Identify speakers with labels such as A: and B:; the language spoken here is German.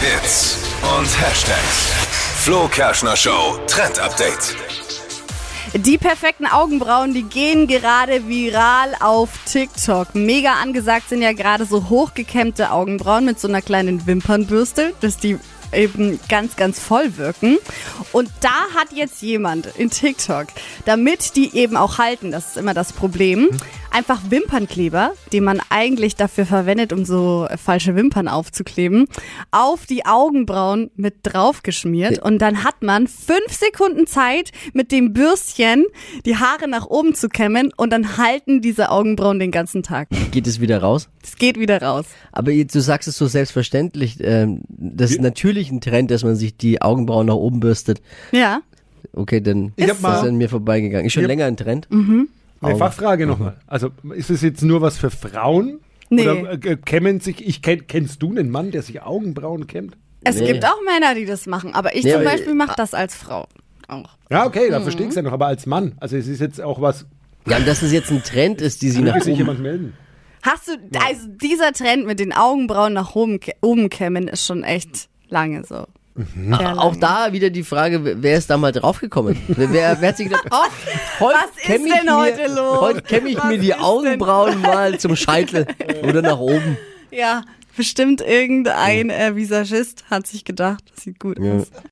A: Hits und Hashtags. Flo Kerschner Show Trend Update.
B: Die perfekten Augenbrauen, die gehen gerade viral auf TikTok. Mega angesagt sind ja gerade so hochgekämmte Augenbrauen mit so einer kleinen Wimpernbürste, dass die eben ganz, ganz voll wirken. Und da hat jetzt jemand in TikTok, damit die eben auch halten, das ist immer das Problem, einfach Wimpernkleber, den man eigentlich dafür verwendet, um so falsche Wimpern aufzukleben, auf die Augenbrauen mit draufgeschmiert. Und dann hat man fünf Sekunden Zeit, mit dem Bürstchen die Haare nach oben zu kämmen und dann halten diese Augenbrauen den ganzen Tag.
C: Geht es wieder raus?
B: Es geht wieder raus.
C: Aber ihr- du sagst es so selbstverständlich, ähm, das ist natürlich ein Trend, dass man sich die Augenbrauen nach oben bürstet.
B: Ja.
C: Okay, dann
D: Ich hab
C: ist
D: mal-
C: das an mir vorbeigegangen. Ist schon
D: Ich hab-
C: länger ein Trend.
B: Mhm.
D: Eine
C: Augen.
D: Fachfrage nochmal. Also ist es jetzt nur was für Frauen?
B: Nee.
D: Oder äh, kämmen sich, ich kenn, kennst du einen Mann, der sich Augenbrauen kämmt?
B: Es
C: Nee.
B: gibt auch Männer, die das machen, aber ich
C: Nee,
B: zum
C: aber-
B: Beispiel mache das als Frau auch.
D: Ja, okay, da verstehe ich es ja noch, aber als Mann. Also es ist jetzt auch was,
C: Ja, und dass es jetzt ein Trend ist, die sie
D: möge
C: nach
D: sich
C: oben.
D: jemand melden.
B: Hast du, also dieser Trend mit den Augenbrauen nach oben, kä- oben kämmen ist schon echt lange so. Sehr
C: Auch
B: lange.
C: da wieder die Frage, wer- wer ist da mal draufgekommen? Wer, wer, wer hat sich gedacht, oh, heute
B: Was ist
C: kämm ich
B: denn
C: mir,
B: heute los?
C: Heute kämme ich
B: Was
C: mir die
B: ist denn-
C: Augenbrauen mal zum Scheitel oder nach oben.
B: Ja, bestimmt irgendein äh, Visagist hat sich gedacht, das sieht gut aus.